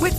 With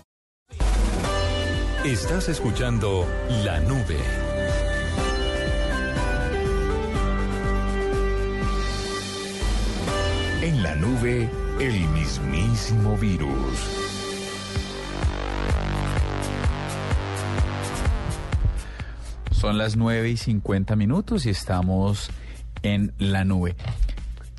Estás escuchando La Nube. En la nube, el mismísimo virus. Son las 9 y 50 minutos y estamos en la nube.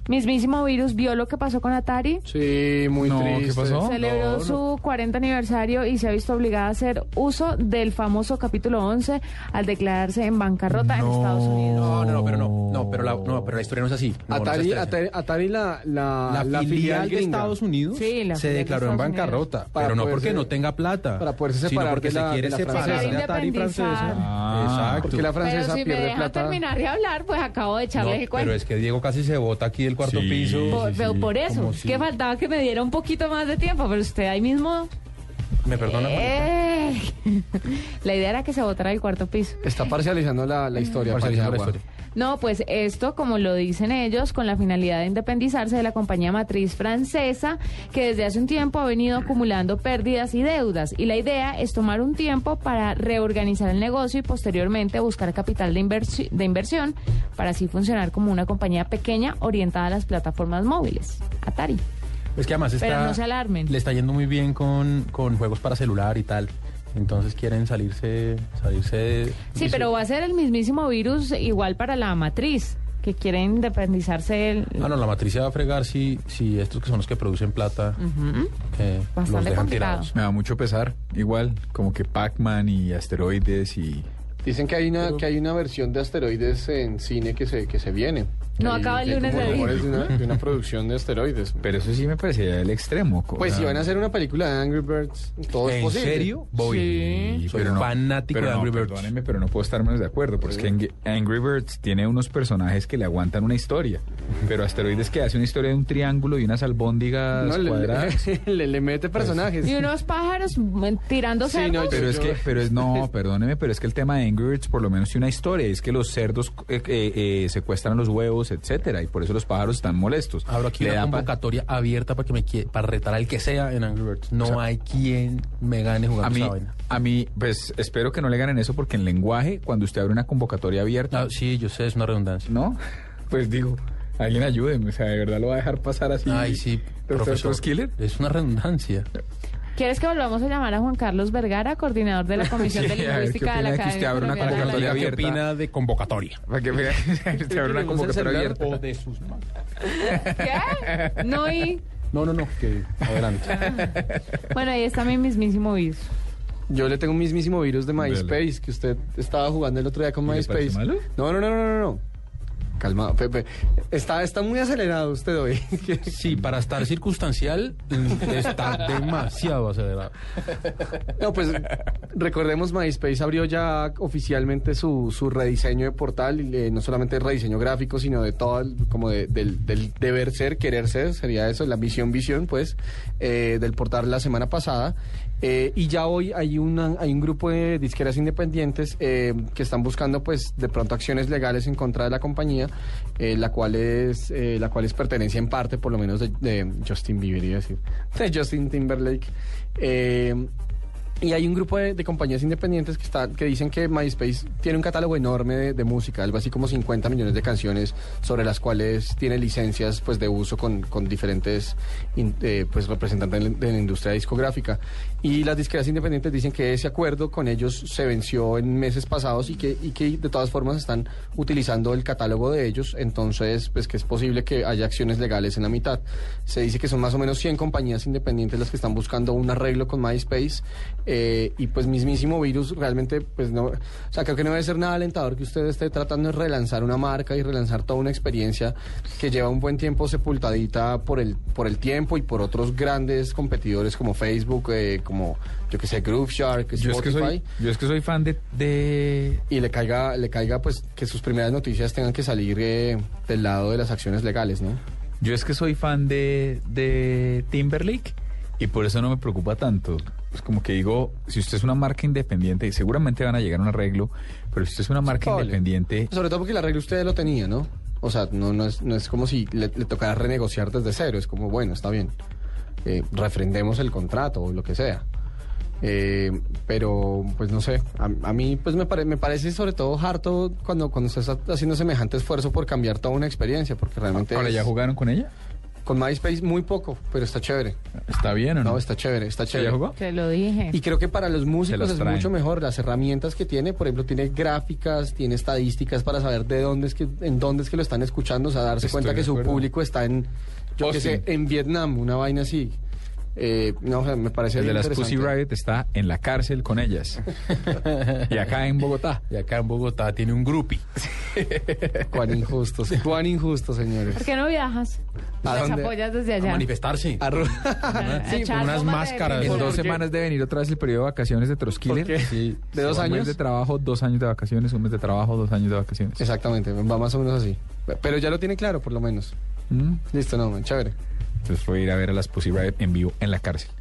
Mismísimo virus vio lo que pasó con Atari. Sí, muy No, ¿qué triste. pasó? Celebró su 40 aniversario y se ha visto obligada a hacer uso del famoso capítulo 11 al declararse en bancarrota en Estados Unidos. No, no, no, pero no, no, pero la, no, pero la historia no es así. No, no Atari, se estresen. Atari, Atari la, la, la, la filial de gringa, Estados Unidos Sí, la se filial de declaró en Estados Unidos. bancarrota, Para pero no poderse- porque no tenga plata, para poderse sino separar porque de la- se quiere de la separar francesa. de Atari Independizar. francesa. Ah, Exacto. Porque la Pero francesa si me pierde deja plata. terminar de hablar, pues acabo de No, echarle el cuento. pero es que Diego casi se bota aquí del cuarto Sí, piso. por, pero por eso, Como es si- que faltaba que me diera un poquito más de tiempo, pero usted ahí mismo... Me perdona. Juanita? ¡Eh! la idea era que se botara del cuarto piso. Está parcializando la, la historia. Parcializando la Paniagua. historia. No, pues esto, como lo dicen ellos, con la finalidad de independizarse de la compañía matriz francesa, que desde hace un tiempo ha venido acumulando pérdidas y deudas. Y la idea es tomar un tiempo para reorganizar el negocio y posteriormente buscar capital de, inversi- de inversión para así funcionar como una compañía pequeña orientada a las plataformas móviles. Atari. Es que además está, Pero no se alarmen. Le está yendo muy bien con, con juegos para celular y tal. Entonces quieren salirse, salirse. de- Sí, y su- pero va a ser el mismísimo virus igual para la matriz, que quiere independizarse del... Ah, no, la matriz se va a fregar si, si estos que son los que producen plata Ujú. eh, los Bastante dejan complicado. tirados. Me da mucho pesar. Igual, como que Pac-Man y asteroides y. Dicen que hay una que hay una versión de asteroides en cine que se que se viene. No Hay- acaba el hay lunes como de hoy. rumores de una, de una producción de asteroides. Pero eso sí me parecía el extremo. co- Pues o sea, si van a hacer una película de Angry Birds, todo es ¿En posible. serio? Voy. Sí, Soy pero no- fanático pero de no, Angry Birds. Perdónenme, pero no puedo estar menos de acuerdo, porque es que Ang- Angry Birds tiene unos personajes que le aguantan una historia, pero Asteroides que hace una historia de un triángulo y unas albóndigas No, le, cuadradas. le, le- le mete Pues, personajes. Y unos pájaros mm, tirando Sí, no, cerdos. Pero es que, pero es no, perdóneme, pero es que el tema de Angry Birds por lo menos tiene una historia, es que los cerdos eh, eh, eh, secuestran los huevos, etcétera, y por eso los pájaros están molestos. Abro aquí Le una da pa- convocatoria abierta para que me quie- para retar al que sea en Angry Birds. No O sea, hay quien me gane jugando A mí, esa vaina. a mí, pues espero que no le ganen eso porque en lenguaje, cuando usted abre una convocatoria abierta, Ah, sí, yo sé, es una redundancia. ¿no? Pues digo, alguien ayúdeme, o sea, de verdad lo va a dejar pasar así. Ay, sí, profesor profesor. Killer. Es una redundancia. ¿Quieres que volvamos a llamar a Juan Carlos Vergara, coordinador de la Comisión de Sí, a ver, ¿qué Lingüística de la opina que Academia usted abra una Colombiana de la convocatoria Lengua? abierta? de convocatoria? Para que vea, usted abre una convocatoria abierta. O de sus manos. ¿Qué? No, y... No, no, no, que adelante. Bueno, ahí está mi mismísimo virus. Yo le tengo un mismísimo virus de MySpace Dele. que usted estaba jugando el otro día con ¿Y le MySpace. parece malo? No, no, no, no, no, no. Calmado, Pepe. Está, está muy acelerado usted hoy. sí, para estar circunstancial mm, está demasiado acelerado. No, pues recordemos, MySpace abrió ya oficialmente su, su rediseño de portal, y, eh, no solamente rediseño gráfico, sino de todo, el- como de- del, del deber ser, querer ser, sería eso, la misión, visión, pues, eh, del portal la semana pasada. Eh, y ya hoy hay, una, hay un grupo de disqueras independientes eh, que están buscando, pues, de pronto acciones legales en contra de la compañía, eh, la, cual es, eh, la cual es pertenencia en parte, por lo menos, de, de Justin Bieber, iba a decir, de Justin Timberlake. Eh, y hay un grupo de, de compañías independientes que, están que dicen que MySpace tiene un catálogo enorme de, de música, algo así como 50 millones de canciones sobre las cuales tiene licencias pues, de uso con, con diferentes in- eh, pues, representantes de la- de la industria discográfica. Y las disqueras independientes dicen que ese acuerdo con ellos se venció en meses pasados y que, y que de todas formas están utilizando el catálogo de ellos, entonces pues que es posible que haya acciones legales en la mitad. Se dice que son más o menos 100 compañías independientes las que están buscando un arreglo con MySpace. eh, y pues mismísimo virus realmente pues no, o sea, creo que no debe ser nada alentador que usted esté tratando de relanzar una marca y relanzar toda una experiencia que lleva un buen tiempo sepultadita por el por el tiempo y por otros grandes competidores como Facebook, eh, como yo que sé, Groove Shark, Yo es, que Spotify soy, yo es que soy fan de, de- y le caiga le caiga pues que sus primeras noticias tengan que salir eh, del lado de las acciones legales, ¿no? Yo es que soy fan de, de Timberlake y por eso no me preocupa tanto. Es como que digo, si usted es una marca independiente, y seguramente van a llegar a un arreglo, pero si usted es una marca Probable. independiente, Sobre todo porque el arreglo usted lo tenía, ¿no? O sea, no, no, es, no es como si le, le tocara renegociar desde cero. Es como, bueno, está bien. eh, refrendemos el contrato o lo que sea. Eh, pero, pues no sé. A, a mí, pues me, pare- me parece sobre todo harto cuando, cuando se está haciendo semejante esfuerzo por cambiar toda una experiencia. Porque realmente. ahora es- ya jugaron con ella. Con MySpace muy poco, pero está chévere. ¿Está bien o no? No, está chévere, está ¿Ya chévere. jugó? Te lo dije. Y creo que para los Se músicos las es traen. mucho mejor las herramientas que tiene, por ejemplo, tiene gráficas, tiene estadísticas para saber de dónde es que en dónde es que lo están escuchando, o sea, darse Estoy cuenta de que su acuerdo. público está en yo qué Austin. sé, en Vietnam, una vaina así. Eh, no, o sea, me parece El de bien las Pussy interesante. Riot está en la cárcel con ellas. y acá en Bogotá. Y acá en Bogotá tiene un grupi. Cuán injusto, sí, cuán injusto, señores. ¿Por qué no viajas? ¿A Las dónde? apoyas desde A allá. manifestarse. Arru- A- a Sí, echar con unas bombas de máscaras. En pintura. ¿Por dos qué? semanas deben ir otra vez el periodo de vacaciones de Troskiller. ¿Por qué? ¿De dos un mes años? de trabajo, dos años de vacaciones, un mes de trabajo, dos años de vacaciones. Exactamente, va más o menos así. Pero ya lo tiene claro, por lo menos. Mm. Listo, no, man, chévere. Entonces fue ir a ver a las Pussy Riot en vivo en la cárcel.